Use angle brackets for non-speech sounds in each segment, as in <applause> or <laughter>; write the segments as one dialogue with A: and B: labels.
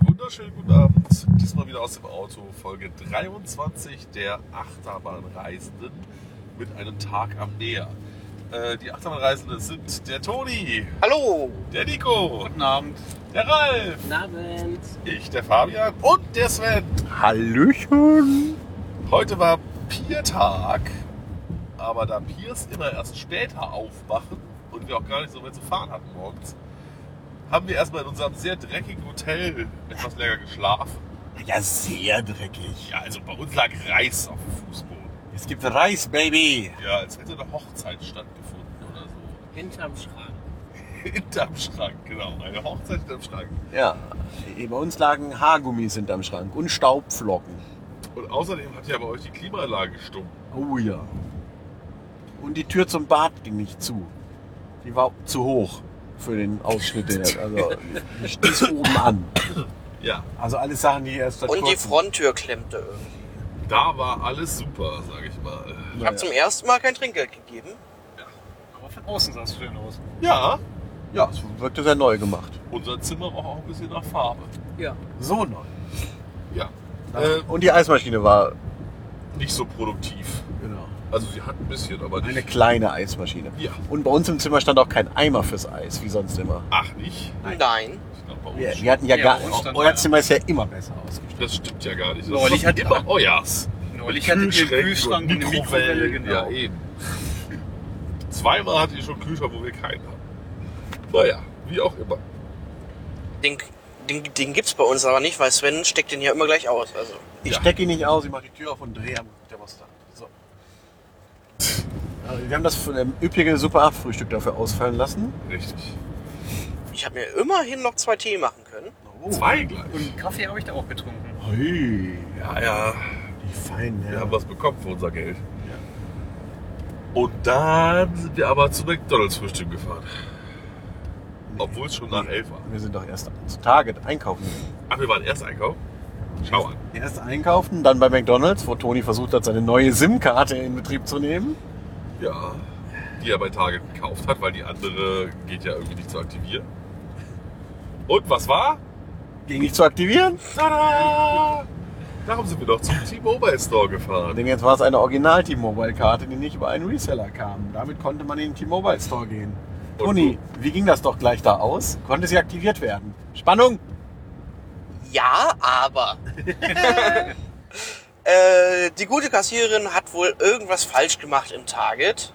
A: wunderschönen guten Abend. Diesmal wieder aus dem Auto, Folge 23 der Achterbahnreisenden mit einem Tag am Meer. Äh, die Achterbahnreisenden sind der Toni,
B: Hallo!
A: der Nico,
B: Guten Abend.
A: der Ralf,
C: Guten Abend.
A: ich, der Fabian und der Sven.
B: Hallöchen!
A: Heute war Piertag, aber da Piers immer erst später aufwachen und wir auch gar nicht so weit zu fahren hatten morgens, haben wir erstmal in unserem sehr dreckigen Hotel etwas länger geschlafen.
B: Ja, sehr dreckig.
A: Ja, also bei uns lag Reis auf dem Fußboden.
B: Es gibt Reis, Baby!
A: Ja, als hätte eine Hochzeit stattgefunden oder so. <laughs>
C: Hinterm Schrank.
A: Hinterm Schrank, genau. Eine Hochzeit hinterm Schrank.
B: Ja, bei uns lagen Haargummis hinterm Schrank und Staubflocken.
A: Und außerdem hat ja bei euch die Klimaanlage gestummt.
B: Oh ja. Und die Tür zum Bad ging nicht zu. Die war zu hoch für den Ausschnitt. Den er, also, die stieß oben an.
A: Ja,
B: Also alles Sachen, die erst seit
D: Und die
B: kurzem-
D: Fronttür klemmte irgendwie.
A: da war alles super, sag ich mal.
D: Ich habe zum ersten Mal kein Trinkgeld gegeben.
E: Aber von außen sah es schön aus.
A: Ja,
B: Ja, es wirkte sehr neu gemacht.
A: unser Zimmer roch auch ein bisschen nach Farbe.
C: Ja.
B: So neu.
A: Ja, äh,
B: Und die Eismaschine war,
A: nicht so produktiv.
B: genau,
A: Also sie hat ein bisschen, aber
B: eine
A: nicht.
B: kleine Eismaschine.
A: Ja,
B: Und bei uns im Zimmer stand auch kein Eimer fürs Eis, wie sonst immer.
A: ach nicht.
D: Nein.
A: Ich glaub, bei uns
B: Wir,
A: schon.
B: wir hatten ja,
E: Ja,
B: gar
E: bei uns stand
B: Euer
E: einer.
B: Zimmer ist ja immer besser ausgestattet.
A: Das stimmt ja gar nicht. Das
E: Neulich
A: ist
E: hat-
A: immer euers.
E: Neulich hatte ich einen
A: Kühlschränke
E: Kühlschrank
A: und
E: und eine Mikrowelle,
A: Ja,
E: genau.
A: eben. Zweimal hatte ich schon Kühlschrank, wo wir keinen haben. Naja, wie auch immer.
D: Den, den, den gibt's bei uns aber nicht, weil Sven steckt den ja immer gleich aus. Also
B: Ich
A: Ja.
B: stecke ihn nicht aus, ich mache die Tür auf und drehe am Thermostat. So. Also, wir haben das von dem üppigen Super 8 Frühstück dafür ausfallen lassen.
A: Richtig.
E: Oh.
D: ich habe mir immerhin noch zwei Tee machen können.
B: Oh.
A: Zwei gleich.
E: Und Kaffee habe ich da auch getrunken.
B: Hui,
A: Ja, ja,
B: die feinen
A: wir
B: Herren.
A: haben was bekommen für unser Geld. Und dann sind wir aber zu McDonalds Frühstück gefahren. Obwohl es schon nach elf war.
B: wir sind doch erst zu Target einkaufen.
A: Ach, wir waren erst einkaufen? Schau an.
B: Erst einkaufen, dann bei McDonalds, wo Toni versucht hat, seine neue SIM-Karte in Betrieb zu nehmen.
A: Ja. Die er bei Target gekauft hat, weil die andere geht ja irgendwie nicht zu aktivieren. Und was war?
B: Ging nicht zu aktivieren.
A: Tada! Darum sind wir doch zum T-Mobile Store gefahren.
B: Denn jetzt war es eine Original-T-Mobile-Karte, die nicht über einen Reseller kam. Damit konnte man in den T-Mobile Store gehen. Toni, wie ging das doch gleich da aus? Konnte sie aktiviert werden? Spannung!
D: Ja, aber. äh, die gute Kassiererin hat wohl irgendwas falsch gemacht im Target.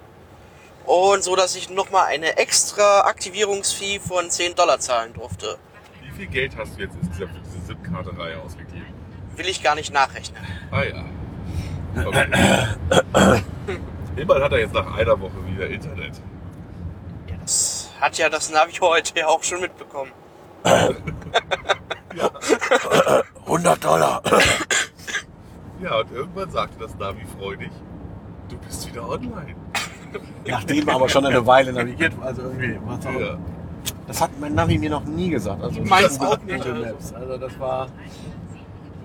D: Und so, dass ich nochmal eine extra Aktivierungsfee von 10 Dollar zahlen durfte.
A: Wie viel Geld hast du jetzt insgesamt für diese SIM-Karte-Reihe ausgegeben?
D: Will ich gar nicht nachrechnen.
A: Ah ja. Okay. Immerhin hat er jetzt nach einer Woche wieder Internet.
D: Ja, das hat ja das Navi <laughs> heute ja auch schon mitbekommen.
B: 100 <laughs> Dollar!
A: Ja, und irgendwann sagte das Navi freudig, du bist wieder online.
B: Nachdem aber schon eine Weile navigiert war, also irgendwie. Was auch.
A: Ja.
B: Das hat mein Navi mir noch nie gesagt. Also
D: Meins
B: Google-
D: auch nicht.
B: Google Maps. Also das war.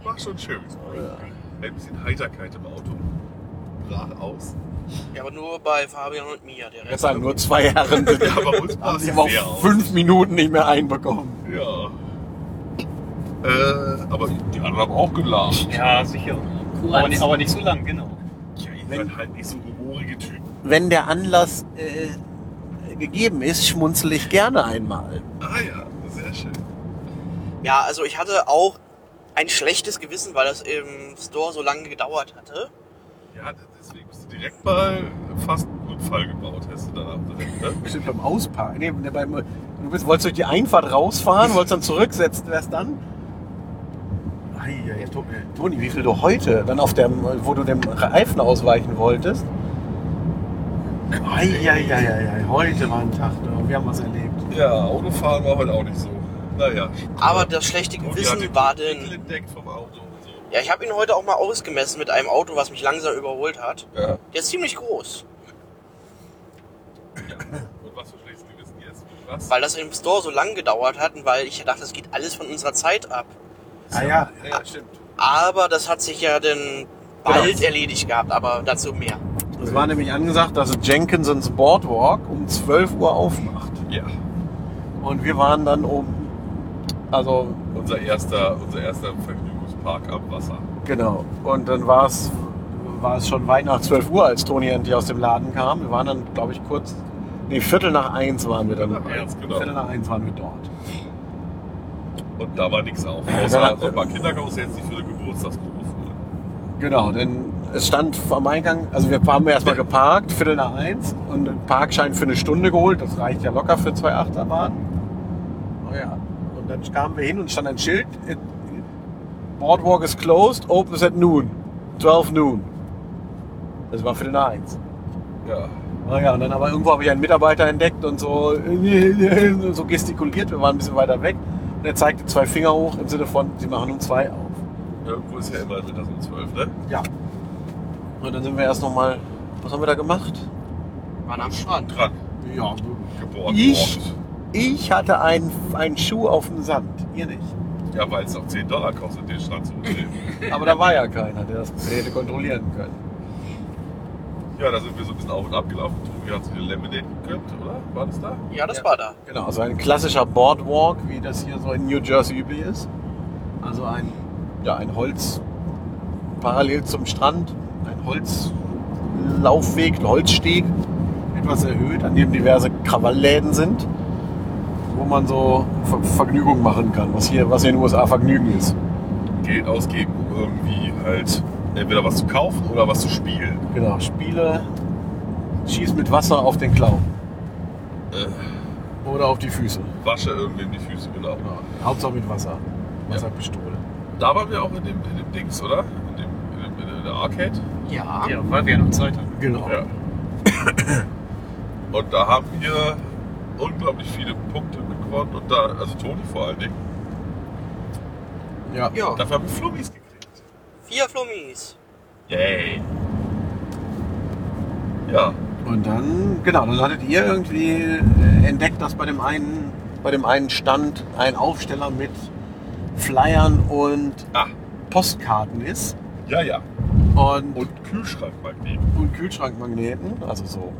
A: War schon schön. Ein bisschen Heiterkeit im Auto. Brach aus.
D: Ja, aber nur bei Fabian und Mia. Der
B: Das
D: Rest.
B: waren nur zwei Herren.
A: <laughs> Ja, bei uns brach
B: Haben sie
A: es
B: aber
A: sehr
B: auch
A: aus.
B: fünf Minuten nicht mehr einbekommen.
A: Ja. Äh, aber die anderen haben auch gelacht.
E: Ja, sicher. Aber, nicht- aber nicht so lang, genau.
A: Ja, ihr seid halt nicht so humorige Typen.
B: Wenn der Anlass äh, gegeben ist, schmunzel ich gerne einmal.
A: Ah ja, sehr schön.
D: Ja, also ich hatte auch ein schlechtes Gewissen, weil das im Store so lange gedauert hatte.
A: Ja, deswegen bist du direkt mal fast einen Unfall gebaut, hast du danach direkt, ne?
B: Bestimmt beim Ausparken. Nee, ne, beim, du bist, wolltest durch die Einfahrt rausfahren, wolltest dann zurücksetzen, wärst dann. Eieiei, To- äh, Toni, wie viel du heute, dann auf dem, wo du dem Reifen ausweichen wolltest. Eieiei, heute war ein Tag, du, wir haben was erlebt.
A: Ja, Autofahren war heute auch nicht so. Naja.
D: Aber das schlechte
A: Und Oh, die hat den
D: Gewissen war
A: Winkel
D: denn...
A: entdeckt vom Auto und so.
D: Ja, ich habe ihn heute auch mal ausgemessen mit einem Auto, was mich langsam überholt hat.
A: Ja.
D: Der ist ziemlich groß,
A: ja. Und was für schlechtes Gewissen jetzt? Was?
D: weil das im Store so lange gedauert hat und weil ich dachte, das geht alles von unserer Zeit ab.
B: Ah ja,
A: ja, stimmt.
D: Aber das hat sich ja dann bald erledigt gehabt, aber dazu mehr.
B: es war nämlich angesagt, dass Jenkinsons Boardwalk um 12 Uhr aufmacht.
A: Ja.
B: Und wir waren dann um, also
A: unser erster, unser erster Vergnügungspark am Wasser.
B: Genau. Und dann war es war es schon weit nach 12 Uhr, als Toni endlich aus dem Laden kam. Wir waren dann, glaube ich, kurz. Nee, Viertel nach eins waren wir dann.
A: Viertel nach eins, genau.
B: Viertel nach eins waren wir dort.
A: Und da war nichts auf.
B: Ja.
A: Außer so ein paar Kinderkarussells, die für den Geburtstagsberuf wurden.
B: Genau, denn es stand am Eingang, also wir haben erstmal geparkt, Viertel nach eins und den Parkschein für eine Stunde geholt. Das reicht ja locker für zwei Achterbahnen. Oh ja. Und dann kamen wir hin und stand ein Schild. äh, Boardwalk is closed, opens at noon. 12 noon. Das war Viertel nach eins.
A: Ja.
B: Ah ja, und dann aber irgendwo habe ich einen Mitarbeiter entdeckt und so, <laughs> so gestikuliert. Wir waren ein bisschen weiter weg. Und er zeigte zwei Finger hoch im Sinne von, sie machen um zwei auf.
A: Irgendwo ist ja immer mittags um 12, ne?
B: Ja. Und dann sind wir erst nochmal, was haben wir da gemacht?
D: Waren am Strand.
A: Dran.
B: Ja.
A: Geboren
B: Ich?
A: worden.
B: Ich hatte einen, einen Schuh auf dem Sand, ihr nicht.
A: Ja, weil es auch 10 Dollar kostet, den Strand zu
B: <laughs>
A: betreten.
B: Aber da war ja keiner, der das hätte kontrollieren können.
A: ja, da sind wir so ein bisschen auf und ab gelaufen. Tobi hat sich eine Lemonade gegönnt, oder? War das da?
D: Ja, das
B: Ja.
D: war da.
B: Genau, so ein klassischer Boardwalk, wie das hier so in New Jersey üblich ist. Also ein, ja, ein Holz, parallel zum Strand, ein Holzlaufweg, ein Holzsteg, etwas erhöht, an dem diverse Krawallläden sind, wo man so Ver Vergnügung machen kann, was hier, was hier in den USA Vergnügen ist.
A: Geld ausgeben, um irgendwie halt entweder was zu kaufen oder was zu spielen.
B: Genau, Spiele, schieß mit Wasser auf den Clown
A: Äh,
B: oder auf die Füße.
A: wasche irgendwem die Füße, genau.
B: Genau. Hauptsache mit Wasser, Wasserpistole.
A: Da waren wir auch in dem, in dem Dings, oder? In, dem, in, dem, in der Arcade.
C: Ah.
D: Ja.
E: Ja, weil wir ja noch Zeit haben.
B: Genau.
A: Ja. Und da haben wir unglaublich viele Punkte bekommen und da, also Toni vor allen Dingen,
B: Ja.
D: Ja.
A: dafür haben wir Flummis gekriegt.
D: Vier Flummis.
A: Yay! Ja,
B: Und dann, genau, dann hattet ihr irgendwie äh, entdeckt, dass bei dem einen, bei dem einen Stand ein Aufsteller mit Flyern und
A: ah,
B: Postkarten ist
A: ja, ja.
B: und, und,
A: Und Kühlschrankmagnet.
B: Kühlschrankmagneten, also so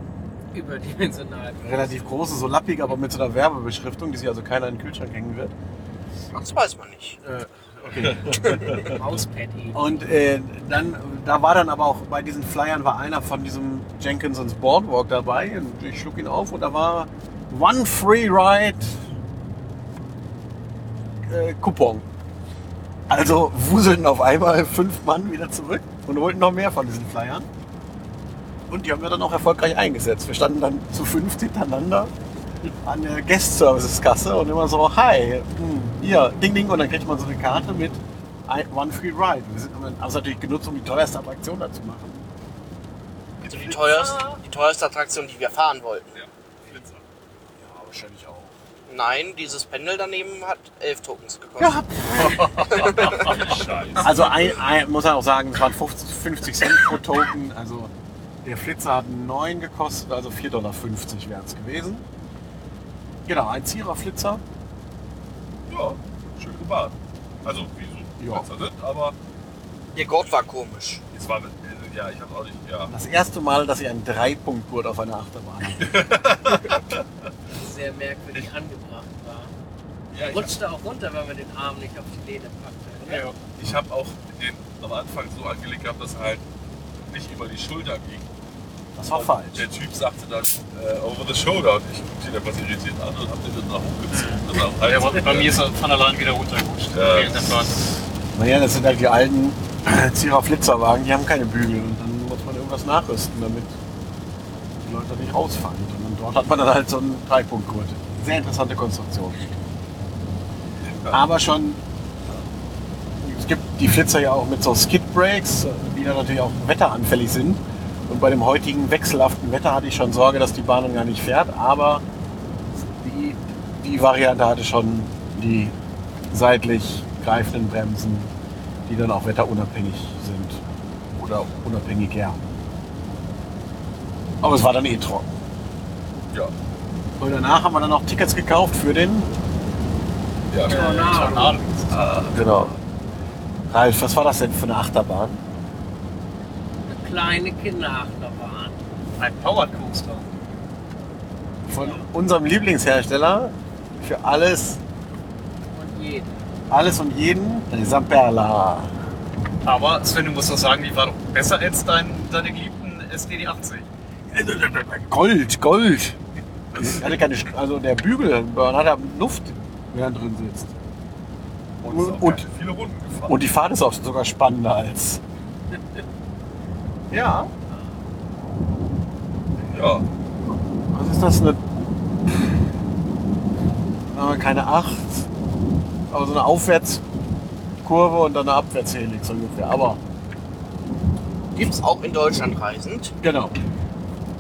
C: Überdimensional.
B: relativ große, so lappig, aber mit so einer Werbebeschriftung, die sich also keiner in den Kühlschrank hängen wird.
D: Das weiß man nicht.
B: Äh, okay.
C: Mauspad eben.
B: Und äh, dann, da war dann aber auch bei diesen Flyern war einer von diesem Jenkinsons Boardwalk dabei. Und ich schlug ihn auf und da war One Free Ride äh, Coupon. Also wuselten auf einmal fünf Mann wieder zurück und holten noch mehr von diesen Flyern. Und die haben wir dann auch erfolgreich eingesetzt. Wir standen dann zu fünf hintereinander an der Guest Services Kasse und immer so, hi, hm, hier, ding, ding. Und dann kriegt man so eine Karte mit ein- One Free Ride. Wir sind haben es natürlich genutzt, um die teuerste Attraktion da zu machen.
D: Also die teuerste, die teuerste Attraktion, die wir fahren wollten.
A: Flitzer.
B: Ja, wahrscheinlich auch.
D: Nein, dieses Pendel daneben hat elf Tokens gekostet.
B: Ja.
A: Scheiße.
B: Also ein, ein, muss man auch sagen, es waren 50, 50 Cent pro Token. Also der Flitzer hat 9 gekostet, also 4,50 Dollar wäre es gewesen. Genau, ein Zierer-Flitzer.
A: Ja, schön gebadet. Also, wie so
B: Ja.
A: Flitzer sind, aber
D: Ihr Gurt war komisch.
A: es war, äh, ja, ich hab's auch nicht, ja.
B: Das erste Mal, dass ich einen Dreipunktgurt auf einer Achterbahn hatte.
C: sehr merkwürdig angebracht war.
A: Ja, ich
C: Rutschte auch runter, wenn man den Arm nicht auf die Lehne packte. oder?
A: Ich habe auch den am Anfang so angelegt gehabt, dass er halt nicht über die Schulter ging.
B: Das war
A: Und
B: falsch.
A: Der Typ sagte dann äh, over the shoulder und ich guckte ihn etwas irritiert an und hab den dann nach hochgezogen. Und dann
E: Ja, aber bei mir ist er von allein wieder runtergerutscht.
A: Ja.
E: Während der Fahrt.
B: Naja, das sind halt die alten <clears throat> Zierer-Flitzer-Wagen, die haben keine Bügel. Und dann muss man irgendwas nachrüsten, damit die Leute nicht rausfallen. Und dann dort hat man dann halt so einen Dreipunktgurt. Sehr interessante Konstruktion. Aber schon, es gibt die Flitzer ja auch mit so Skid-Brakes, die dann natürlich auch wetteranfällig sind. Und bei dem heutigen wechselhaften Wetter hatte ich schon Sorge, dass die Bahn dann gar nicht fährt. Aber die, die Variante hatte schon die seitlich greifenden Bremsen, die dann auch wetterunabhängig sind. Oder unabhängig, ja. Aber es war dann eh trocken.
A: Ja,
B: Und danach haben wir dann noch Tickets gekauft für den.
A: ja, Ah. ja.
E: Tornado.
B: Genau. Ralf, was war das denn für eine Achterbahn?
C: Eine kleine Kinderachterbahn.
E: Ein Powercoaster.
B: Von unserem Lieblingshersteller für alles
C: Und jeden.
B: Alles und jeden, dieser Perla.
E: Aber Sven, du musst doch sagen, die war doch besser als dein, deine geliebten SDD80.
B: Gold, Gold. Ich hatte keine, Sch- also der Bügel hat ja Luft, wenn er drin sitzt.
A: Und, es ist auch
B: Und-
A: ganz viele Runden gefahren.
B: Und die Fahrt ist auch sogar spannender als.
E: Ja.
A: ja,
B: Was ist das? Eine. äh, Keine 8. Aber so eine Aufwärtskurve und dann eine Abwärtshelix ungefähr. Aber
D: Gibt's auch in Deutschland reisend.
B: genau.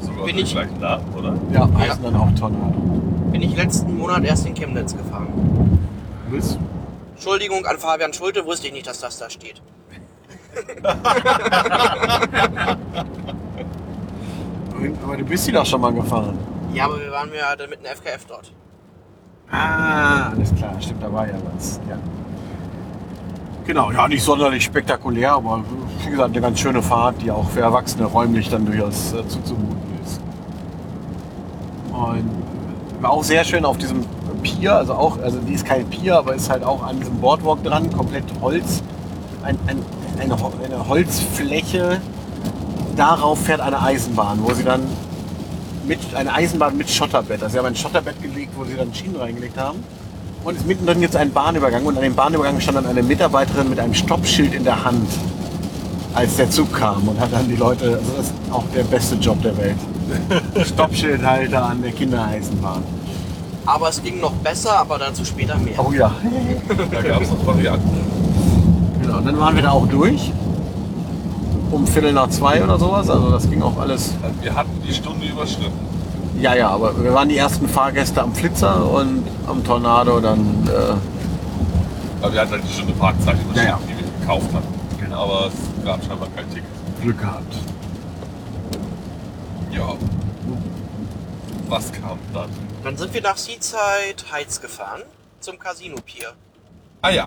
A: sogar
D: Bin
A: mit dem
D: ich-
A: gleichen Namen, oder?
B: Ja, heißen dann auch Tornado.
D: Bin ich letzten Monat erst in Chemnitz gefahren.
B: Willst
D: Entschuldigung an Fabian Schulte, wusste ich nicht, dass das da steht.
B: du? Aber du bist die doch schon mal gefahren.
D: Ja, aber wir waren ja dann mit einem FKF dort.
B: Ah, alles klar, stimmt, da war ja was. Ja. Genau, ja, nicht sonderlich spektakulär, aber wie gesagt, eine ganz schöne Fahrt, die auch für Erwachsene räumlich dann durchaus äh, zuzumuten ist. Und war auch sehr schön auf diesem Pier, also auch, also die ist kein Pier, aber ist halt auch an diesem Boardwalk dran, komplett Holz, ein, ein, eine, Ho- eine Holzfläche. Darauf fährt eine Eisenbahn, wo sie dann mit, eine Eisenbahn mit Schotterbett. Also sie haben ein Schotterbett gelegt, wo sie dann Schienen reingelegt haben. Und es- mittendrin gibt es einen Bahnübergang und an dem Bahnübergang stand dann eine Mitarbeiterin mit einem Stoppschild in der Hand, als der Zug kam und hat dann die Leute, also das ist auch der beste Job der <laughs> Welt. Stoppschildhalter an der Kindereisenbahn.
D: Aber es ging noch besser, aber dazu später mehr.
B: Oh ja.
A: Da gab es noch Varianten.
B: Genau, und dann waren wir da auch durch. Um Viertel nach zwei oder sowas. Also das ging auch alles
A: Also wir hatten die Stunde überschritten.
B: Ja, ja, aber wir waren die ersten Fahrgäste am Flitzer und am Tornado dann. Äh,
A: Aber wir hatten halt die Stunde Parkzeit überschritten,
B: Ja, ja.
A: die wir gekauft hatten.
E: Genau.
A: Aber es gab scheinbar kein Ticket.
B: Glück gehabt.
A: Ja. Was kam dann?
D: Dann sind wir nach Seaside Heights gefahren, zum Casino Pier.
A: Ah ja.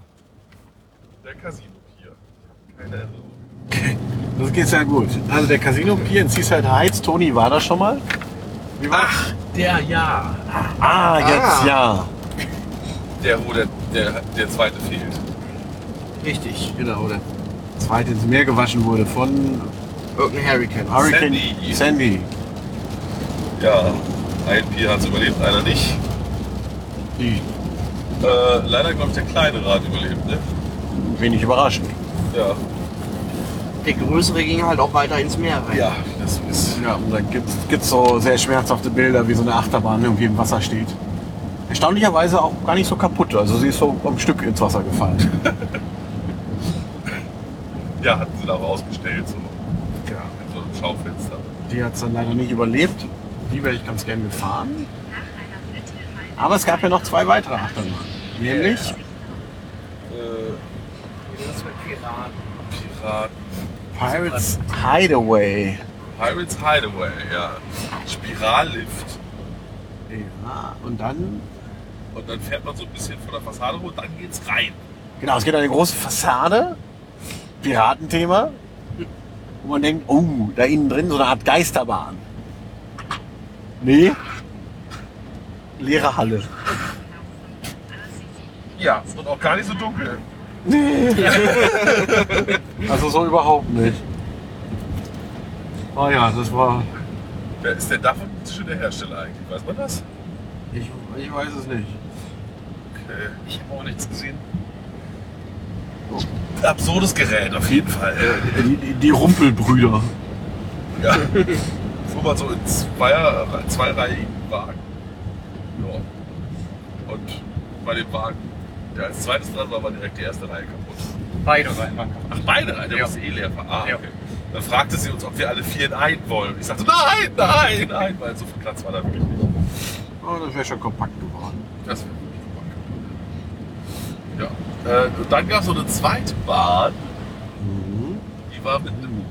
A: Der Casino hier. Keine Erinnerung.
B: Das geht sehr gut. Also der Casino Pier in Seaside Heights, Toni war da schon mal. Wie war Ach,
C: Der ja.
B: ah, jetzt
D: Ah.
B: ja.
A: Der, wo der, der, der zweite fehlt.
D: Richtig.
B: Genau, oder? Zweit ins Meer gewaschen wurde von
D: Irgendein Hurricane.
B: Hurricane
A: Sandy.
B: Sandy.
A: Ja. Ein Pier hat es überlebt, einer nicht.
B: Die
A: Äh, leider, glaube ich, der kleinere hat überlebt, ne?
B: wenig überraschend.
A: Ja.
D: Der größere ging halt auch weiter ins Meer rein.
A: Ja, das ist.
B: Ja, und da gibt es so sehr schmerzhafte Bilder, wie so eine Achterbahn irgendwie im Wasser steht. Erstaunlicherweise auch gar nicht so kaputt. Also sie ist so am Stück ins Wasser gefallen.
A: Ja, hatten sie da auch ausgestellt, so. Ja. In so einem Schaufenster.
B: Die hat es dann leider nicht überlebt. Die wäre ich ganz gern gefahren. Aber es gab ja noch zwei weitere Achterbahnen. Nämlich
A: Äh,
C: Das wird Piraten.
A: Piraten.
B: Pirates Hideaway.
A: Pirates Hideaway, ja. Spirallift.
B: Ja, und dann.
A: Und dann fährt man so ein bisschen von der Fassade hoch, dann geht's rein.
B: Genau, es geht an eine große Fassade. Piratenthema. Und man denkt, oh, da innen drin so eine Art Geisterbahn. Nee. Leere Halle.
A: Ja, und auch gar nicht so dunkel.
B: Nee. also so überhaupt nicht. Oh ja, das war.
A: Wer ist denn davon schon der Hersteller eigentlich? Weiß man das?
B: Ich, ich weiß es nicht.
A: Okay.
E: Ich habe auch nichts gesehen.
A: Absurdes Gerät, auf jeden Fall.
B: Die, die, die Rumpelbrüder.
A: Ja. <laughs> Fuhr man so in zweier, zweireihigen Wagen. Ja. Und bei dem Wagen, der als zweites dran war, war direkt die erste Reihe kaputt.
E: Beide reinmachen.
A: Ach, beide Reihen, der
E: Ja.
A: musste eh leer fahren. Ah,
E: Ja.
A: okay. Dann fragte sie uns, ob wir alle vier in einen wollen. Und ich sagte, nein, nein, nein, weil so viel Platz war da wirklich nicht.
B: Oh, das wäre schon kompakt geworden.
A: Das wäre wirklich Tobak. Ja. Äh, und dann gab es so eine zweite Bahn, die war mit einem
B: Mhm.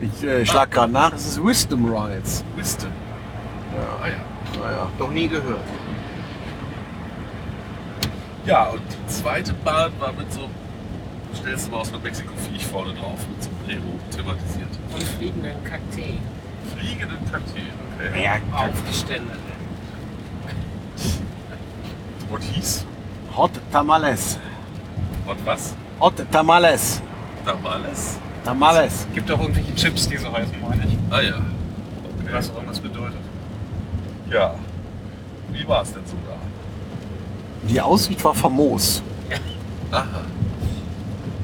B: Ich äh, schlag gerade nach, es ist Wisdom Rides.
A: Wisdom. Ja. Ah, ja.
B: Naja.
D: Noch nie gehört.
A: ja, und die zweite Bahn war mit so, stellst du mal aus mit Mexiko-Viech vorne drauf, mit so einem Lego thematisiert.
C: Und fliegenden Kakteen.
A: Fliegenden Kakteen, okay.
B: Ja,
C: Aufgeständert.
A: Und hieß
B: Hot Tamales.
A: Und was?
B: Hot Tamales.
A: Tamales?
B: Tamales.
E: Gibt auch irgendwelche Chips, die so heißen, meine ich.
A: Ah ja.
E: Ich weiß auch, was bedeutet.
A: Ja. Wie war es denn so da?
B: Die Aussicht war famos.
A: Aha.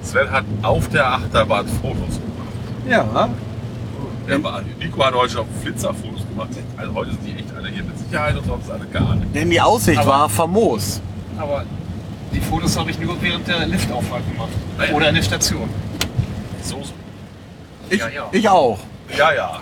A: Sven hat auf der Achterbahn Fotos gemacht.
B: Ja.
E: Hm?
A: Der war, Nico hat heute schon Flitzer-Fotos gemacht. Also heute sind die echt alle hier mit Sicherheit und sonst alle gar nicht.
B: Denn die Aussicht
E: Aber-
B: war famos.
E: Aber die Fotos habe ich nur während der Liftauffahrt gemacht.
A: Ah ja.
E: Oder in der Station.
A: So, so.
B: Ich,
E: Ja, ja.
B: ich auch.
A: Ja, ja.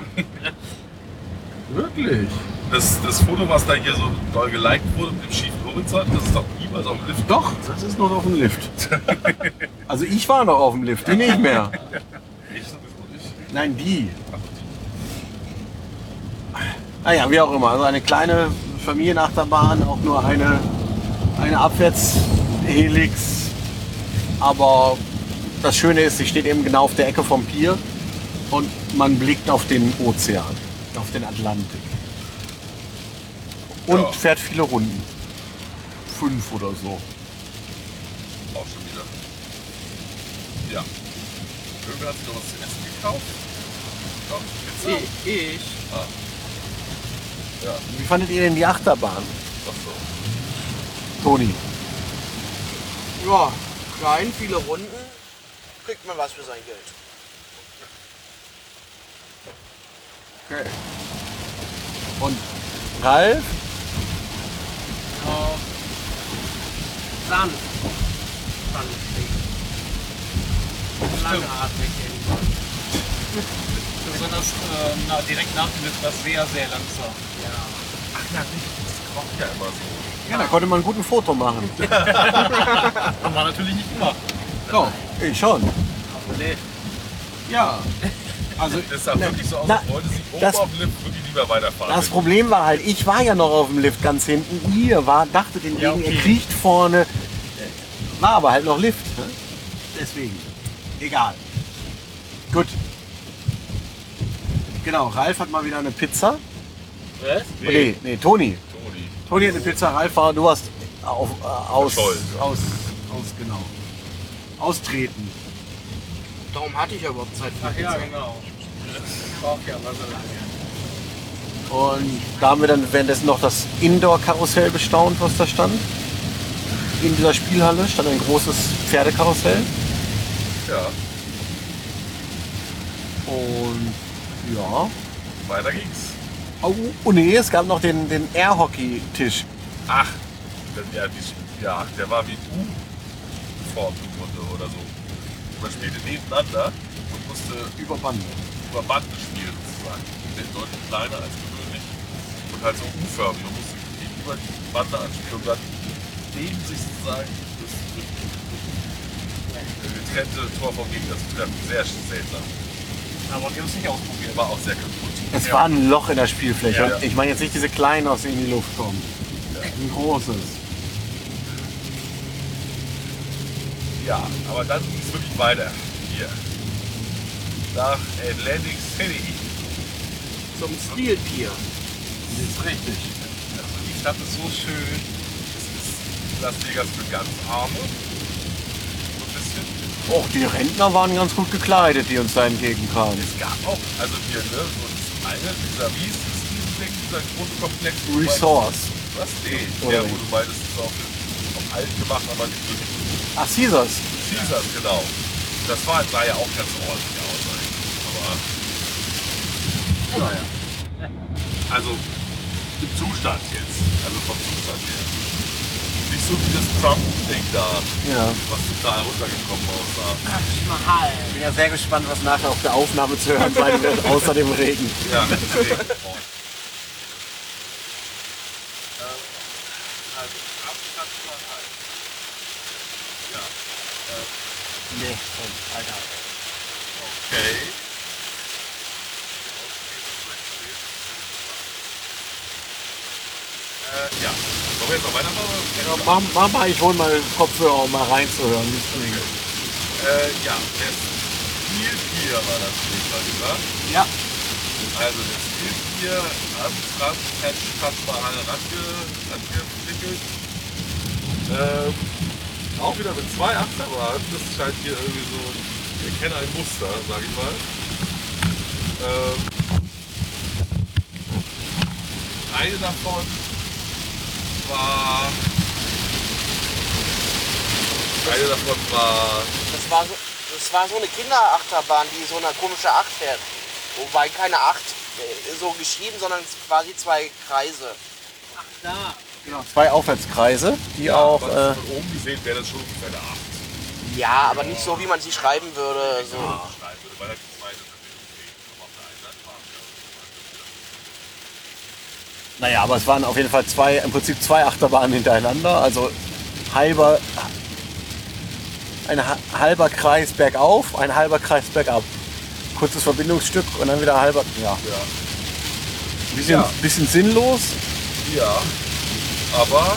B: Wirklich?
A: Das, das Foto, was da hier so doll geliked wurde mit dem schiefen Horizont, das ist doch niemals auf dem Lift.
B: Doch, das ist noch auf dem Lift. <laughs> also ich war noch auf dem Lift, die nicht mehr.
A: Ich sowieso nicht.
B: <laughs> Nein, die. Naja, wie auch immer. Also eine kleine Familienachterbahn, auch nur eine, eine Abwärtshelix. Aber das Schöne ist, sie steht eben genau auf der Ecke vom Pier und man blickt auf den Ozean, auf den Atlantik. Und
A: Ja.
B: fährt viele Runden. Fünf oder so.
A: Auch schon wieder. Ja. Irgendwer hat sich noch was zu essen gekauft. Ich glaub, Pizza.
D: Ich, ich.
B: Wie fandet ihr denn die Achterbahn,
A: Doch so.
B: Toni?
D: Ja, klein, viele Runden. Kriegt man was für sein Geld.
B: Okay. Und Ralf?
C: Auf Sand. Sand stehen. Langatmig irgendwann.
E: Besonders äh, na, direkt nach dem Lift war es sehr, sehr langsam.
C: Ja.
A: Ach ja, richtig. Das kocht ja immer so.
B: Ja, da konnte man gut ein Foto machen.
E: Haben wir natürlich nicht gemacht.
B: Doch, ich schon.
C: Nee,
B: Ja. Also,
A: Das sah
B: Na,
A: wirklich so aus,
B: na,
A: als wollte sich oben
B: das-
A: auf dem Lift wirklich lieber weiterfahren.
B: das Problem war halt, ich war ja noch auf dem Lift ganz hinten. Ihr war, dachtet hingegen,
E: Ja, okay.
B: ihr kriecht vorne. War aber halt noch Lift. Ne? Deswegen. Egal. Gut. Genau, Ralf hat mal wieder eine Pizza.
C: was?
A: Nee.
B: Nee, nee,
A: Toni.
B: Toni. Toni hat eine Pizza, Ralf war, du warst auf, äh, aus,
A: Verschollen.
B: aus, aus, genau. Austreten.
D: Darum hatte ich ja überhaupt Zeit für
C: Ach
D: Pizza.
C: ja, genau. Ich brauch ja aber so lange.
B: Und da haben wir dann währenddessen noch das Indoor-Karussell bestaunt, was da stand. In dieser Spielhalle stand ein großes Pferdekarussell.
A: Ja,
B: Und ja.
A: weiter ging's.
B: Oh, oh nee, es gab noch den, den Air-Hockey-Tisch.
A: Ach, das- ja, die, ja, der war wie du form im Grunde oder so. Man spielte nebeneinander und musste
B: Über Bande.
A: über Bande spielen sozusagen. Der ist deutlich kleiner als gewöhnlich und halt so U-förmig. Man musste gegenüber die Bande anspielen und dann neben sich sozusagen das das getrennte Tor vom Gegner zu treffen. Sehr seltsam.
E: Aber wir haben es nicht ausprobiert.
A: War auch sehr kaputt.
B: Es war ein Loch in der Spielfläche.
A: Ja, ja.
B: Ich meine jetzt nicht diese kleinen, aus denen die Luft kommen. Ein großes.
A: Ja, aber dann ging es wirklich weiter. Hier. Nach Atlantic City.
D: Zum Stilpier.
B: Das ist richtig.
A: Also die Stadt ist so schön. Es ist Las Vegas für ganz Arme. So ein bisschen.
B: Och, die Rentner waren ganz gut gekleidet, die uns da entgegenkamen.
A: Es gab auch, also hier, ne, so das eine dieser riesen Ding, dieser große Komplex. wo du
B: Resource.
A: meintest- Was? Nee,
B: Oder
A: der, wo
B: nicht?
A: du meintest, ist auch, auch alt gemacht, aber nicht wirklich.
B: Ach, Caesars.
A: Caesars, genau. Das war, sah ja auch ganz ordentlich aus eigentlich.
C: Oh,
A: Aber naja. Also im Zustand jetzt. Also vom Zustand her. Nicht so wie das Trump-Ding da,
B: Ja.
A: was total runtergekommen aussah.
C: Schmal.
B: Ich bin ja sehr gespannt, was nachher auf der Aufnahme zu hören sein <laughs> wird, außer dem Regen. <laughs>
A: Ja, deswegen. Oh.
B: Nee,
A: Okay. Äh, ja. Wollen wir jetzt noch weitermachen?
B: Ja, mach, mach mal, ich hol mal Kopfhörer, um mal reinzuhören.
A: Äh, ja, das Spieltier war das Stichwort, gesagt.
B: Ja.
A: Also das Spieltier am Trans-Patch hat mal range, rangewickelt. Ähm, Auch wieder mit zwei Achterbahnen. Das scheint hier irgendwie so. Wir kennen ein Muster, sag ich mal. Ähm, eine davon war. Eine davon war.
D: Das war so, das war so eine Kinderachterbahn, die so eine komische Acht fährt. Wobei keine Acht äh, so geschrieben, sondern quasi zwei Kreise.
C: Ach, da.
B: Genau, zwei Aufwärtskreise, die auch.
A: von,
B: Äh,
A: von oben gesehen wäre das schon ungefähr eine 8.
D: Ja, aber nicht so, wie man sie schreiben würde.
A: schneiden
D: So.
A: würde, Also, weil da gibt es beide natürlich okay. Aber auf der einen Seite war es ja.
B: naja, aber es waren auf jeden Fall zwei, im Prinzip zwei Achterbahnen hintereinander. Also halber. Ein ha- halber Kreis bergauf, ein halber Kreis bergab. Kurzes Verbindungsstück und dann wieder halber. Ja.
A: Ja.
B: Bisschen,
A: Ja.
B: bisschen sinnlos,
A: Ja, aber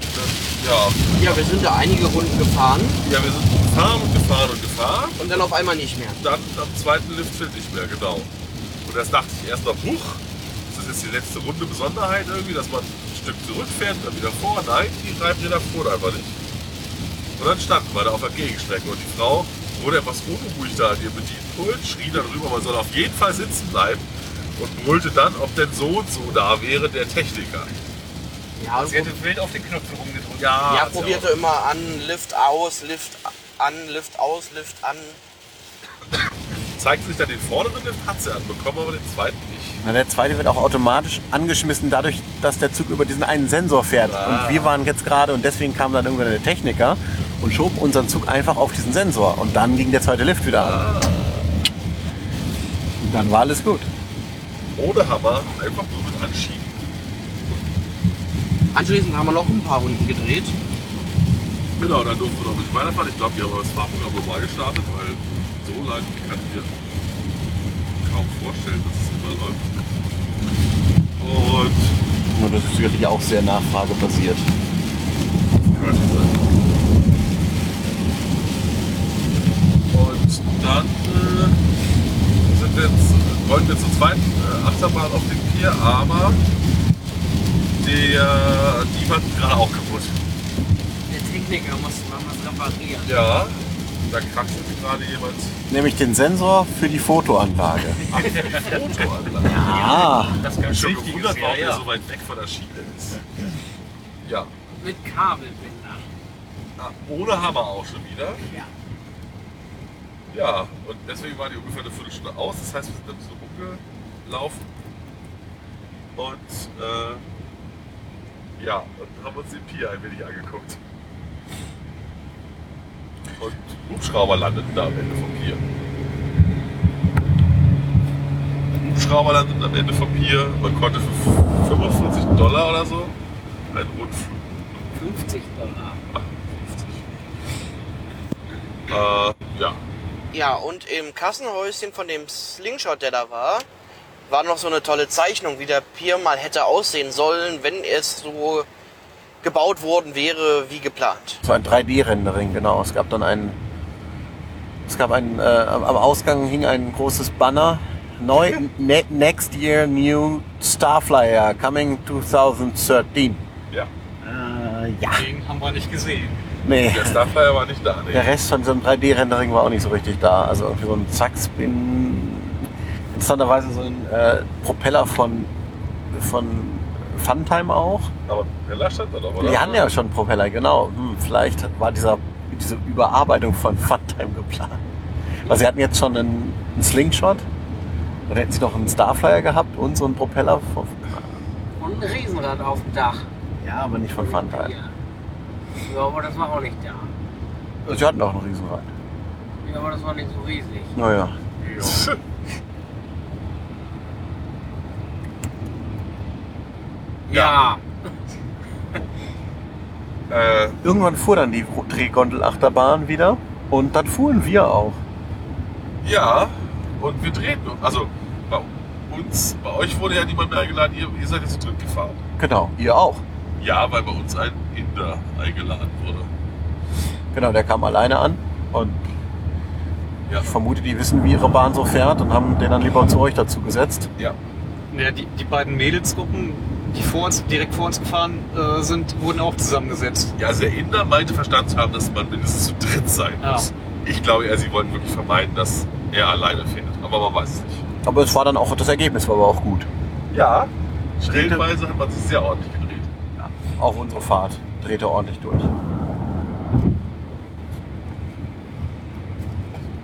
A: das, ja,
D: Ja, wir sind da einige Runden gefahren
A: ja, wir sind gefahren und gefahren und gefahren.
D: und dann auf einmal nicht mehr.
A: Dann am zweiten Liftfeld nicht mehr, genau. Und das dachte ich erst noch, huch, ist das jetzt die letzte Runde Besonderheit irgendwie, dass man ein Stück zurückfährt und dann wieder vor? Nein, die Reibräder fuhren einfach nicht. Und dann standen wir da auf der Gegenstrecke und die Frau wurde etwas unruhig da an ihrem Bedienpult, schrie darüber, man soll auf jeden Fall sitzen bleiben und brüllte dann, ob denn so und so da wäre der Techniker.
D: Ja, und
E: Also Sie hätte wild auf den Knopf rumgedrückt.
D: Ja,
A: hat's auch
D: probierte immer an, Lift aus, Lift an, Lift aus, Lift an.
A: zeigt sich dann den vorderen, den hat sie anbekommen, aber den zweiten nicht.
B: Na, der zweite wird auch automatisch angeschmissen, dadurch, dass der Zug über diesen einen Sensor fährt.
A: Ah.
B: Und wir waren jetzt gerade und deswegen kam dann irgendwann der Techniker und schob unseren Zug einfach auf diesen Sensor. Und dann ging der zweite Lift wieder an. Und dann war alles gut.
A: Ohne Hammer, einfach nur mit Anschieben.
D: Anschließend haben wir noch ein paar Runden gedreht.
A: Genau, dann durften wir noch ein bisschen weiterfahren. Ich glaube, wir haben das Fahrprogramm normal gestartet, weil so leicht kann ich mir kaum vorstellen, dass es immer läuft. Und
B: Nur das ist sicherlich auch sehr nachfragebasiert.
A: Und dann äh, sind wir jetzt, wollen wir zur zweiten äh, Achterbahn auf dem Pier, aber der, die war gerade auch kaputt.
C: Der Techniker muss mal was reparieren.
A: Ja, da kraxelt gerade jemand
B: Nämlich den Sensor für die Fotoanlage.
A: Motorrad.
B: Ah,
E: Das
A: Ich bin
E: ganz
A: schon
E: wichtig ist,
A: gewundert,
E: ja,
A: warum er
E: ja.
A: so weit weg von der Schiene ist. Ja,
C: Mit Kabelbindern.
A: ah, ohne Hammer auch schon wieder.
C: Ja.
A: Ja, und deswegen war die ungefähr eine Viertelstunde aus. Das heißt, wir sind ein bisschen rumgelaufen. Und äh, ja, und haben uns den Pier ein wenig angeguckt. Und Hubschrauber landeten da am Ende vom Pier. Hubschrauber landeten am Ende vom Pier. Man konnte für 45 Dollar oder so einen Rundflug
C: 50 Dollar.
A: Äh, ja,
D: Ja, und im Kassenhäuschen von dem Slingshot, der da war, war noch so eine tolle Zeichnung, wie der Pier mal hätte aussehen sollen, wenn es so gebaut worden wäre wie geplant.
B: so ein 3D-Rendering, genau. Es gab dann einen. Es gab einen. Äh, am am Ausgang hing ein großes Banner. Neu, ne, next year new Starflyer coming 2013.
A: ja.
B: Äh, ja.
E: Den haben wir nicht gesehen.
B: Nee.
A: Der Starflyer war nicht da. ne?
B: Der
A: Nee.
B: Rest von diesem 3D-Rendering war auch nicht so richtig da. Also irgendwie so ein Zackspin. Interessanterweise so ein äh, Propeller von, von Funtime auch.
A: Aber Heller stand da doch, oder?
B: Die haben ja schon Propeller, genau. Hm, vielleicht war dieser, diese Überarbeitung von Funtime geplant. Weil sie hatten jetzt schon einen, einen Slingshot. Dann hätten sie noch einen Starflyer gehabt und so einen Propeller von.
C: Und ein Riesenrad auf dem Dach.
B: Ja, aber nicht von Funtime.
C: Ja. ja, aber das war auch nicht da.
B: Also Sie hatten auch einen Riesenrad.
C: Ja, aber das war nicht so riesig.
B: Naja.
A: Ja. Ja.
C: Ja.
A: Äh,
B: Irgendwann fuhr dann die Drehgondel-Achterbahn wieder und dann fuhren wir auch.
A: ja, und wir drehten. noch. Also bei uns, bei euch wurde ja niemand mehr eingeladen, ihr, ihr seid jetzt zu dritt gefahren.
B: Genau, ihr auch.
A: Ja, weil bei uns ein Inder eingeladen wurde.
B: Genau, der kam alleine an und
A: Ja.
B: ich vermute, die wissen, wie ihre Bahn so fährt und haben den dann lieber zu euch dazu gesetzt.
A: Ja.
E: Ja, die, die beiden Mädelsgruppen die vor uns, direkt vor uns gefahren äh, sind, wurden auch zusammengesetzt.
A: Ja, also der Inder meinte verstanden zu haben, dass man mindestens zu dritt sein
E: Ja.
A: muss. Ich glaube eher, sie wollten wirklich vermeiden, dass er alleine fährt. Aber man weiß es nicht.
B: Aber es war dann auch, das Ergebnis war aber auch gut.
A: Ja. Stellenweise hat man sich sehr ordentlich gedreht.
B: Auch unsere Fahrt drehte ordentlich durch.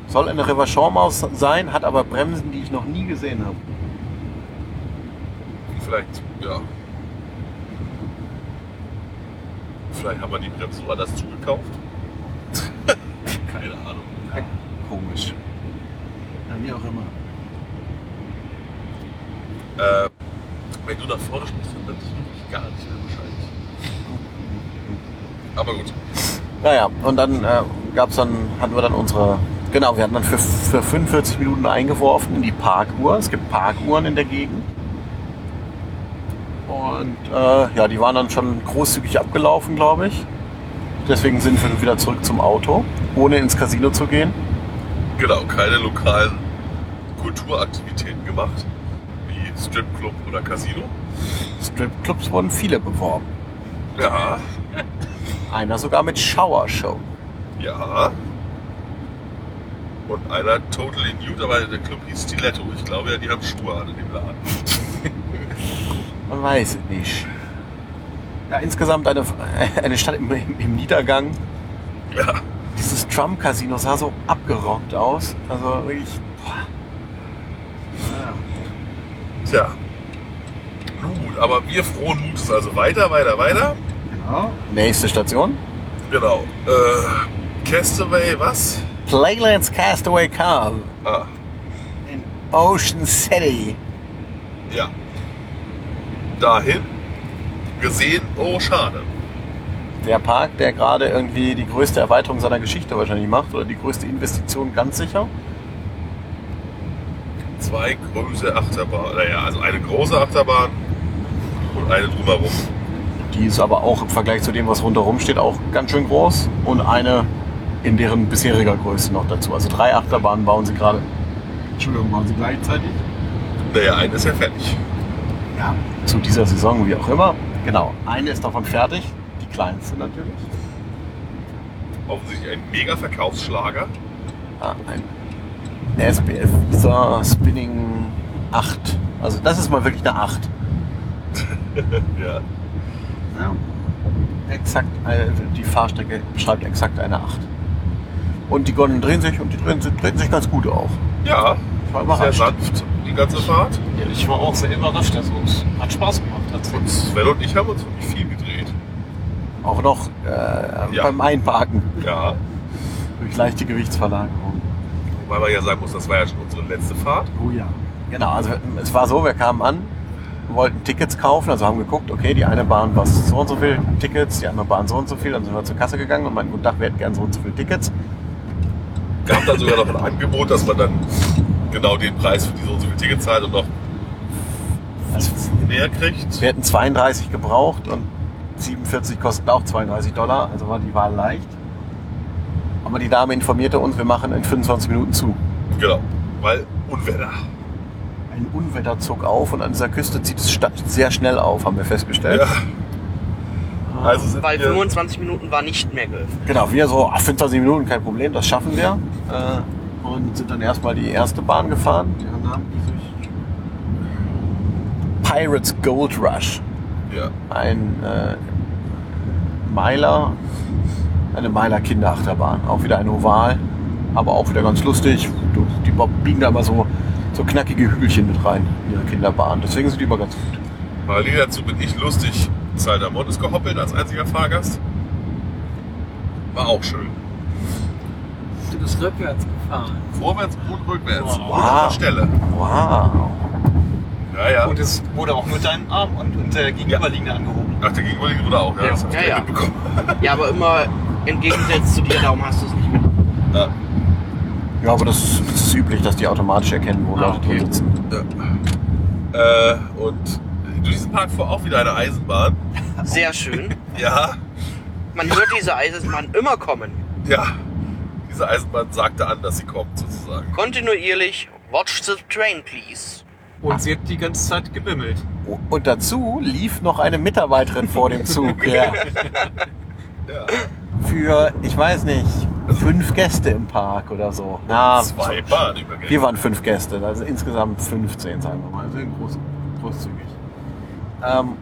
B: Soll eine Reverchon-Maus sein, hat aber Bremsen, die ich noch nie gesehen habe.
A: Vielleicht, ja. Vielleicht haben wir die Bremsen so anders zugekauft. <laughs> Keine Ahnung.
B: Komisch. Ja, wie auch immer.
A: Äh, wenn du nach vorne sprichst, dann bin ich gar nicht mehr wahrscheinlich. Aber gut.
B: Naja, und dann äh, gab's dann, hatten wir dann unsere, genau, wir hatten dann für, für 45 Minuten eingeworfen in die Parkuhr. Es gibt Parkuhren in der Gegend. Und äh, ja, die waren dann schon großzügig abgelaufen, glaube ich. Deswegen sind wir wieder zurück zum Auto, ohne ins Casino zu gehen.
A: Genau, keine lokalen Kulturaktivitäten gemacht, wie Stripclub oder Casino.
B: Stripclubs wurden viele beworben.
A: Ja,
B: Einer sogar mit Shower Show.
A: ja. Und einer totally nude, aber der Club hieß Stiletto. Ich glaube ja, die haben Schuhe an in dem Laden.
B: Man weiß es nicht. Ja, insgesamt eine, <laughs> eine Stadt im, im Niedergang.
A: Ja.
B: Dieses Trump-Casino sah so abgerockt aus. Also wirklich. Boah.
A: Tja. Nun gut, aber wir frohen Mutes. Also weiter, weiter, weiter.
B: Nächste Station.
A: Genau. Äh, Castaway, was?
B: Playlands Castaway Cove.
A: Ah,
B: Ocean City.
A: ja. Dahin. Gesehen. Oh, schade.
B: Der Park, der gerade irgendwie die größte Erweiterung seiner Geschichte wahrscheinlich macht oder die größte Investition ganz sicher.
A: zwei große Achterbahnen. Naja, also eine große Achterbahn und eine drumherum.
B: Die ist aber auch im Vergleich zu dem, was rundherum steht, auch ganz schön groß. Und eine in deren bisheriger Größe noch dazu. Also drei Achterbahnen bauen sie gerade. Entschuldigung, bauen sie gleichzeitig?
A: Naja, eine ist ja fertig.
B: Ja. Zu dieser Saison, wie auch immer. Genau. Eine ist davon fertig. Die kleinste natürlich.
A: Offensichtlich ein mega Verkaufsschlager.
B: Ah, ein SBF Visa Spinning 8. Also das ist mal wirklich eine 8.
A: Ja.
B: Ja. Exakt, äh, die Fahrstrecke beschreibt exakt eine 8. Und die Gondeln drehen sich und die drehen, sich- drehen sich ganz gut auch.
A: Ja,
B: Ich war
A: sehr
B: überrascht.
A: sanft die ganze Fahrt.
E: Ich war auch sehr überrascht, also es hat Spaß gemacht.
A: Und Sven und ich haben uns wirklich viel gedreht.
B: Auch noch äh,
A: Ja.
B: beim Einparken
A: Ja.
B: durch leichte Gewichtsverlagerung.
A: Wobei man ja sagen muss, das war ja schon unsere letzte Fahrt.
B: Oh ja. Genau, also es war so, wir kamen an, wollten Tickets kaufen, also haben geguckt, okay, die eine Bahn kostet so und so viel Tickets, die andere Bahn so und so viel, dann sind wir zur Kasse gegangen und meinten, guten Tag, wir hätten gern so und so viel Tickets.
A: Gab dann sogar noch ein Angebot, dass man dann genau den Preis für diese und so viel Ticket zahlt und noch mehr kriegt.
B: Also, Wir hätten 32 gebraucht und 47 kosten auch 32 Dollar, also war die Wahl leicht. Aber die Dame informierte uns, wir machen in 25 Minuten zu.
A: Genau. Weil Unwetter.
B: Ein Unwetter zog auf und an dieser Küste zieht es sta- sehr schnell auf, haben wir festgestellt.
A: Ja. Also sind
D: Weil
A: wir
D: 25 Minuten war nicht mehr geöffnet.
B: Genau, wir so, ah, 25 Minuten, kein Problem, das schaffen wir. Äh, und sind dann erstmal die erste Bahn gefahren. Deren Namen Pirates Gold Rush.
A: ja,
B: Ein äh, Meiler, eine Meiler Kinderachterbahn. Auch wieder ein Oval, aber auch wieder ganz lustig. Du- Die bo- biegen da immer so, so knackige Hügelchen mit rein, ihre Kinderbahn. Deswegen sind die immer ganz gut.
A: Parallel dazu bin ich lustig Saldermond ist gehoppelt als einziger Fahrgast. War auch schön.
C: Du bist rückwärts gefahren.
A: Vorwärts und rückwärts.
E: Wow.
A: Und an der Stelle.
B: Wow.
A: Ja, ja.
E: Und es wurde auch mit deinem Arm und, und der gegenüberliegende angehoben.
A: Ach, der gegenüberliegende wurde auch, ja.
E: Ja.
A: Das hab ich
D: Ja,
A: gleich
D: ja.
A: mitbekommen. <laughs>
D: Ja, aber immer im Gegensatz zu dir, darum hast du es nicht mit.
A: Ja.
B: Ja, aber das ist, das ist üblich, dass die automatisch erkennen, wo
E: Ah,
B: Leute drin
E: okay.
B: sitzen.
A: Äh, und durch diesen Park fuhr auch wieder eine Eisenbahn.
D: Sehr schön.
A: Ja,
D: Man hört diese Eisenbahn immer kommen.
A: ja. Diese Eisenbahn sagte an, dass sie kommt, sozusagen.
D: Kontinuierlich. Watch the train, please.
E: Und sie hat die ganze Zeit gebimmelt.
B: Und dazu lief noch eine Mitarbeiterin vor dem Zug her.
A: Ja.
B: Für, ich weiß nicht, fünf Gäste im Park oder Ah, so. Na,
A: Zwei Bahnübergänge.
B: wir waren fünf Gäste, also insgesamt 15, sagen wir mal. Sehr groß, großzügig. Ähm,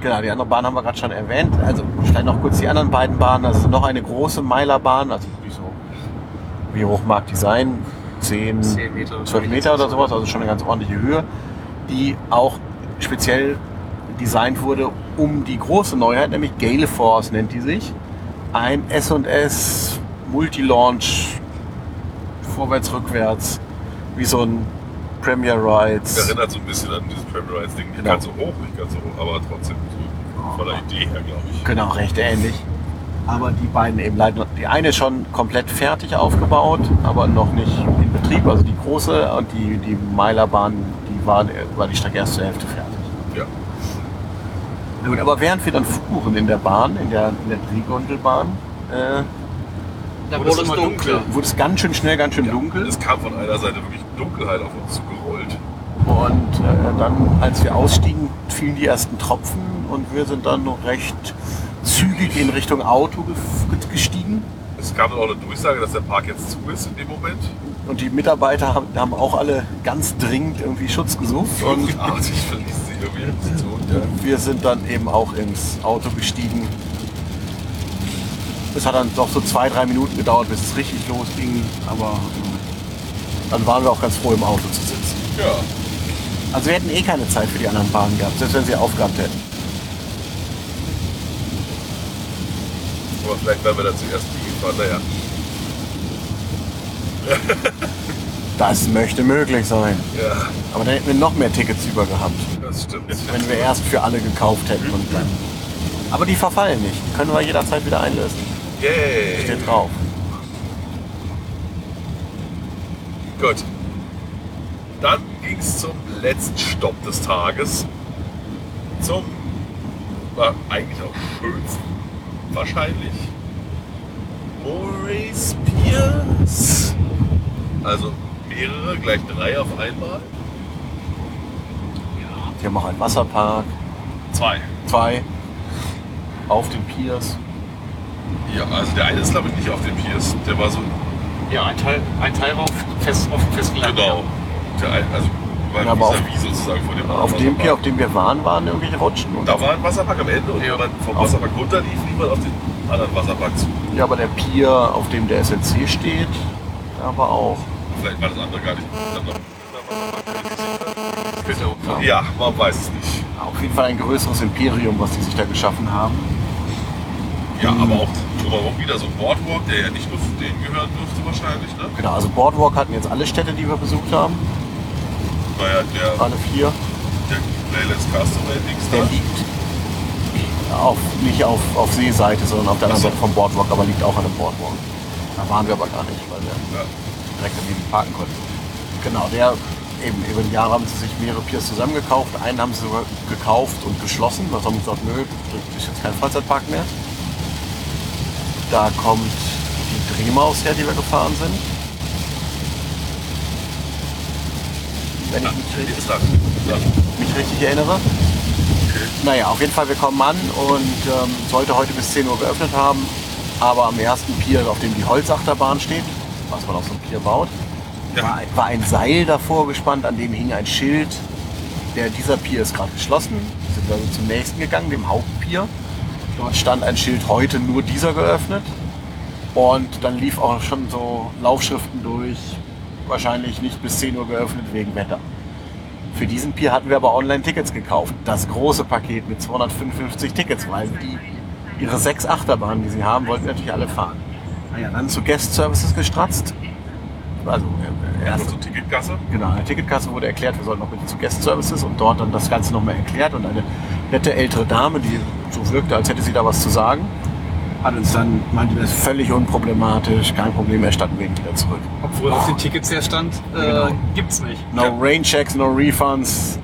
B: genau, die andere Bahn haben wir gerade schon erwähnt. Also vielleicht noch kurz die anderen beiden Bahnen. Also noch eine große Meilerbahn, also die so, wie hoch mag die sein? 10,
E: 10 Meter.
B: 12 Meter oder sowas, also schon eine ganz ordentliche Höhe, die auch speziell designt wurde um die große Neuheit, nämlich Gale Force nennt die sich. Ein S&S Multilaunch vorwärts, rückwärts, wie so ein Premier
A: Das
B: Rides.
A: erinnert so ein bisschen an dieses Premier Rides Ding. Nicht
B: Genau.
A: ganz so hoch, nicht ganz so hoch, aber trotzdem so von der Idee her, glaube ich.
B: Genau, recht ähnlich. Aber die beiden eben leider, die eine ist schon komplett fertig aufgebaut, aber noch nicht in Betrieb. Also die große und die, die Meilerbahn, die war, war die Strecke erst zur Hälfte fertig.
A: Ja.
B: Na Gut, aber während wir dann fuhren in der Bahn, in der, in der Drehgondelbahn, äh,
C: Da
E: Wurde es
C: wurde es
E: immer
C: dunkler.
E: dunkler.
B: wurde es ganz schön schnell, ganz schön dunkel.
A: Es kam von einer Seite wirklich Dunkelheit auf uns zugerollt.
B: Und äh, dann, als wir ausstiegen, fielen die ersten Tropfen und wir sind dann noch recht zügig in Richtung Auto gef- ge- gestiegen.
A: Es kam dann auch eine Durchsage, dass der Park jetzt zu ist in dem Moment.
B: Und die Mitarbeiter haben, haben auch alle ganz dringend irgendwie Schutz gesucht. Und
A: Fluchartig verließ sie irgendwie die Position. Ja.
B: wir sind dann eben auch ins Auto gestiegen. Es hat dann doch so zwei, drei Minuten gedauert, bis es richtig losging. Aber äh, dann waren wir auch ganz froh, im Auto zu sitzen.
A: ja.
B: Also wir hätten eh keine Zeit für die anderen Bahnen gehabt, selbst wenn sie aufgehabt hätten.
A: Aber vielleicht werden wir da zuerst liegen. War, naja,
B: Das möchte möglich sein.
A: ja,
B: Aber dann hätten wir noch mehr Tickets über gehabt,
A: das stimmt.
B: wenn wir erst für alle gekauft hätten. Und dann. Aber die verfallen nicht. Können wir jederzeit wieder einlösen.
A: Yay.
B: Steht drauf.
A: Gut. Dann ging es zum letzten Stopp des Tages. Zum war eigentlich auch schönsten wahrscheinlich. Maurice Pierce. Also mehrere, gleich drei auf einmal.
B: Wir haben auch einen Wasserpark,
A: Zwei.
B: zwei auf den Piers.
A: Ja, also der eine ist glaube ich nicht auf dem Pierce. Der war so
E: Ja, ein Teil, ein Teil war auf, fest, auf dem festen Land.
A: Genau. Der ein, also war
B: Ja, aber auf-
A: vis-à-vis sozusagen von dem
B: Auf
A: anderen
B: dem Pier, auf
A: Wasserpark.
B: dem wir waren, waren irgendwelche Rutschen. Und
A: Da war ein Wasserpark am Ende und
E: Ja.
A: wenn man vom Wasserpark runter lief, lief man auf den anderen Wasserpark zu.
B: ja, aber der Pier, auf dem der SLC steht, da war auch.
A: Vielleicht war das andere gar nicht. dann noch-
E: Genau.
A: Ja, man weiß es nicht.
B: Auf jeden Fall ein größeres Imperium, was die sich da geschaffen haben.
A: Ja, aber auch drumherum wieder so ein Boardwalk, der ja nicht nur zu denen gehören dürfte wahrscheinlich, ne?
B: Genau, also Boardwalk hatten jetzt alle Städte, die wir besucht haben,
A: Weil ja der,
B: alle vier.
A: der Playlist Castaway Dings
B: Der
A: da.
B: liegt auf, nicht auf, auf Seeseite, sondern auf der
A: Ach
B: anderen
A: so.
B: Seite vom Boardwalk, aber liegt auch an dem Boardwalk. Da waren wir aber gar nicht, weil wir
A: Ja.
B: direkt daneben parken konnten. Genau, der eben über die Jahre haben sie sich mehrere Piers zusammengekauft. Einen haben sie sogar gekauft und geschlossen. Was haben sie gesagt, nö, das ist jetzt kein Freizeitpark mehr. Da kommt die Drehmaus her, die wir gefahren sind. Wenn ich mich richtig
A: Ist da. Ja.
B: mich richtig erinnere. Naja, auf jeden Fall, wir kommen an und ähm, sollte heute bis 10 Uhr geöffnet haben. Aber am ersten Pier, auf dem die Holzachterbahn steht, was man auf so einem Pier baut,
A: Ja.
B: war, war ein Seil davor gespannt, an dem hing ein Schild. Der, dieser Pier ist gerade geschlossen. Sind wir also zum nächsten gegangen, dem Hauptpier. Dort stand ein Schild, heute nur dieser geöffnet. Und dann lief auch schon so Laufschriften durch, wahrscheinlich nicht bis 10 Uhr geöffnet wegen Wetter. Für diesen Pier hatten wir aber online Tickets gekauft. Das große Paket mit 255 Tickets, weil die ihre sechs Achterbahnen, die sie haben, wollten wir natürlich alle fahren. Naja, dann zu Guest Services gestratzt. Also äh,
A: Ja,
B: erst,
A: so Ticketkasse.
B: genau, eine Ticketkasse wurde erklärt, wir sollen noch bitte zu Guest Services und dort dann das Ganze nochmal erklärt. Und eine nette ältere Dame, die so wirkte, als hätte sie da was zu sagen, hat uns dann, meinte, das ist völlig unproblematisch, kein Problem, erstatten wir ihn wieder zurück.
E: Obwohl auf den Tickets her stand, äh,
B: Genau.
E: gibt's nicht.
B: No Rainchecks, no Refunds,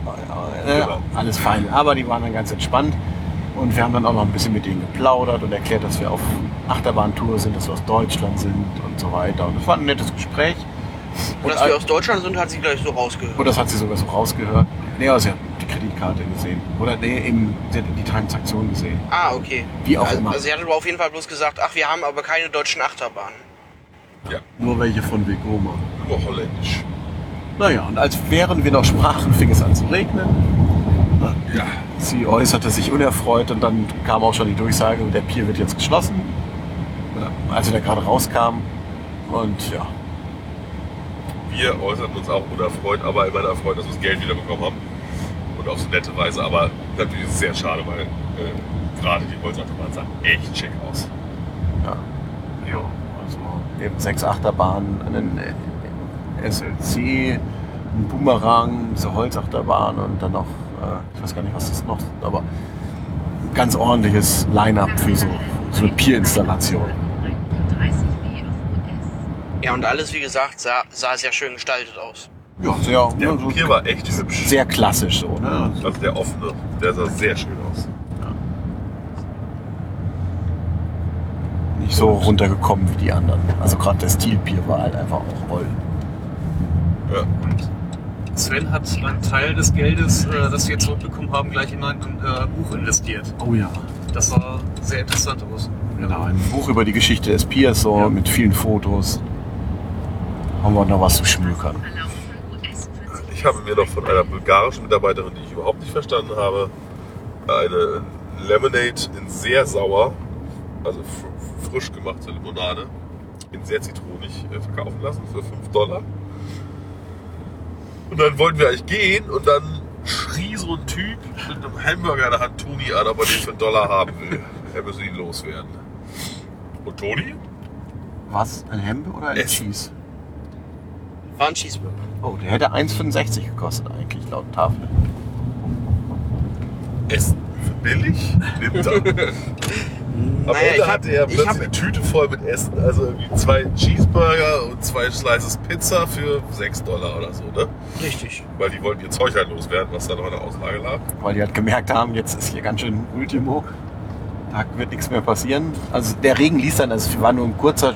B: äh,
A: Genau.
B: alles fein. Aber die waren dann ganz entspannt und wir haben dann auch noch ein bisschen mit denen geplaudert und erklärt, dass wir auf Achterbahntour sind, dass wir aus Deutschland sind und so weiter. Und es war ein nettes Gespräch.
D: Und dass wir aus Deutschland sind, hat sie gleich so rausgehört.
B: Und das hat sie sogar so rausgehört. Nee, also sie hat die Kreditkarte gesehen. Oder nee, eben, sie hat die Transaktion gesehen.
D: Ah, okay.
B: Wie auch
D: also,
B: immer.
D: also sie hat aber auf jeden Fall bloß gesagt, ach, wir haben aber keine deutschen Achterbahnen.
B: Nur welche von Vekoma.
A: Nur holländisch.
B: Naja, und als während wir noch sprachen, fing es an zu regnen.
A: Ja.
B: Sie äußerte sich unerfreut und dann kam auch schon die Durchsage, der Pier wird jetzt geschlossen. Oder, Als wir da gerade rauskamen. Und ja,
A: Wir äußern uns auch unerfreut, aber immer erfreut, dass wir das Geld wiederbekommen haben. Und auf so nette Weise. Aber natürlich ist es sehr schade, weil äh, gerade die Holzachterbahn sah echt schick aus.
B: ja. Jo, also eben sechs Achterbahnen, einen äh, SLC, einen Boomerang, diese Holzachterbahn und dann noch, äh, ich weiß gar nicht, was das noch ist, aber ein ganz ordentliches Line-Up für so, so eine Pier-Installation.
F: 130 WFUS.
D: Ja, und alles, wie gesagt, sah, sah sehr schön gestaltet aus.
B: Ja, sehr,
A: Der
B: ja, so
A: Pier war echt hübsch.
B: sehr klassisch so, ne?
A: Also der offene, der sah sehr schön aus.
B: nicht so runtergekommen wie die anderen. Also gerade das Stilbier war halt einfach auch voll.
A: Ja.
E: Sven hat einen Teil des Geldes, äh, das wir zurückbekommen haben, gleich in ein äh, Buch investiert.
B: Oh ja.
E: Das sah sehr interessant aus.
B: Genau, ein Buch über die Geschichte des Piers, so mit vielen Fotos. Haben wir noch was zu schmökern.
A: Ich habe mir noch von einer bulgarischen Mitarbeiterin, die ich überhaupt nicht verstanden habe, eine Lemonade in sehr sauer, also fr frisch gemachte Limonade, in sehr zitronig äh, verkaufen lassen für 5 Dollar. Und dann wollten wir eigentlich gehen und dann schrie so ein Typ mit einem Hamburger in der Hand Toni an, ob er den für einen Dollar haben will. Er müsse ihn loswerden. Und Toni?
B: Was? Ein Hemd oder ein
A: Es-
B: Cheese?
D: War ein Cheeseburger.
B: Oh, der hätte 1,65 gekostet eigentlich, laut Tafel.
A: Essen für billig? Nimmt er. Am
D: Naja,
A: Ende
D: ich hab-
A: hatte er
D: ich
A: plötzlich
D: hab-
A: eine Tüte voll mit Essen, also irgendwie zwei Cheeseburger und zwei Slices Pizza für 6 Dollar oder so, ne?
D: Richtig.
A: Weil die wollten ihr Zeug halt loswerden, was da noch in der Auslage lag.
B: Weil die halt gemerkt haben, jetzt ist hier ganz schön Ultimo. Da wird nichts mehr passieren. Also der Regen ließ dann, also es war nur ein kurzer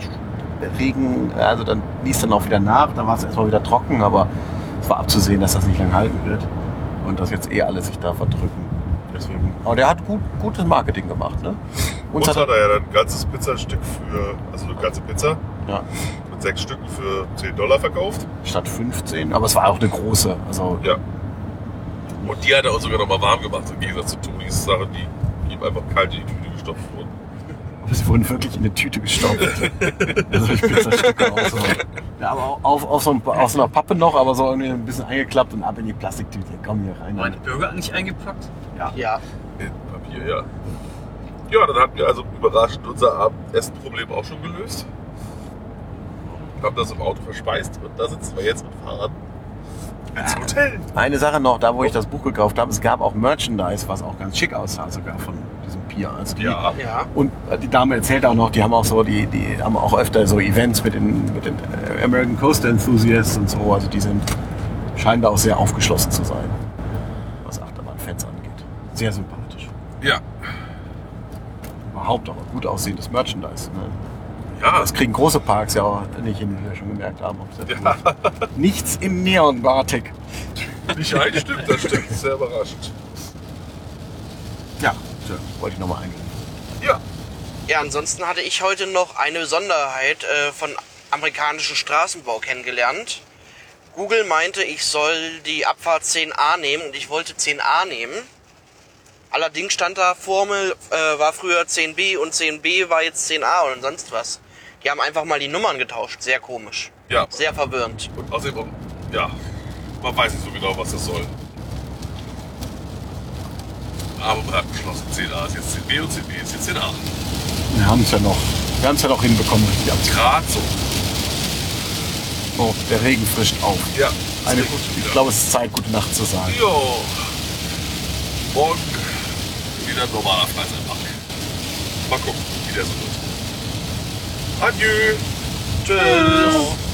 B: Regen, also dann ließ dann auch wieder nach. Dann war es erstmal wieder trocken, aber es war abzusehen, dass das nicht lang halten wird. Und dass jetzt eh alle sich da verdrücken. Deswegen. Aber der hat gut, gutes Marketing gemacht, ne?
A: Uns,
B: Uns hat
A: hat
B: er,
A: er ja dann ein ganzes Pizzastück für, also eine ganze Pizza
B: ja,
A: mit sechs Stücken für 10 Dollar verkauft.
B: statt 15, aber es war auch eine große. Also
A: Ja. Und die hat er uns sogar nochmal warm gemacht, im Gegensatz zu Tonis Sachen, die ihm einfach kalt in die Tüte gestopft wurden.
B: Sie wurden wirklich in eine Tüte gestopft. also ich Pizzastücke auch so. Ja, aber auf, auf, so einem, auf so einer Pappe noch, aber so irgendwie ein bisschen eingeklappt und ab in die Plastiktüte. Komm hier rein.
E: Meine Burger eigentlich eingepackt?
D: Ja.
A: In Äh, Papier, ja. Ja, dann hatten wir also überraschend unser Abendessenproblem auch schon gelöst. Haben das im Auto verspeist und da sitzen wir jetzt und fahren ins Hotel.
B: Eine Sache noch, da wo ich das Buch gekauft habe, es gab auch Merchandise, was auch ganz schick aussah, sogar von diesem Pier. Also die,
A: Ja,
D: Ja.
B: Und die Dame erzählt auch noch, die haben auch so, die, die haben auch öfter so Events mit den, mit den äh, American Coaster Enthusiasts und so. Also die sind scheinen da auch sehr aufgeschlossen zu sein, was Achterbahn-Fans angeht. Sehr sympathisch.
A: ja,
B: überhaupt aber gut aussehendes Merchandise. Ne?
A: ja.
B: Das kriegen große Parks ja auch nicht hin, wie wir schon gemerkt haben. Ob's
A: Ja.
B: Nichts im Neon Bartik.
A: Nicht ein stimmt, das stimmt. Sehr überraschend.
B: Ja, so, wollte ich nochmal eingehen.
A: Ja,
D: Ja, ansonsten hatte ich heute noch eine Besonderheit äh, von amerikanischem Straßenbau kennengelernt. Google meinte, ich soll die Abfahrt 10a nehmen und ich wollte 10a nehmen. Allerdings stand da Formel, äh, war früher 10b und 10b war jetzt 10a und sonst was. Die haben einfach mal die Nummern getauscht. Sehr komisch.
A: ja.
D: Sehr verwirrend.
A: Und außerdem, ja, man weiß nicht so genau, was das soll. Aber man hat beschlossen, 10a ist jetzt 10b und 10b ist jetzt 10a.
B: Wir haben es ja noch. Wir haben es ja noch hinbekommen. richtig abzu-
A: Gerade so.
B: Oh, der Regen frischt auf.
A: Ja,
B: Eine,
A: sehr gut.
B: ich glaube, es ist Zeit, gute Nacht zu sagen.
A: Jo. Morgen wieder ein normaler Freizeitpark. Mal gucken, wie der so wird. Adieu. Tschüss.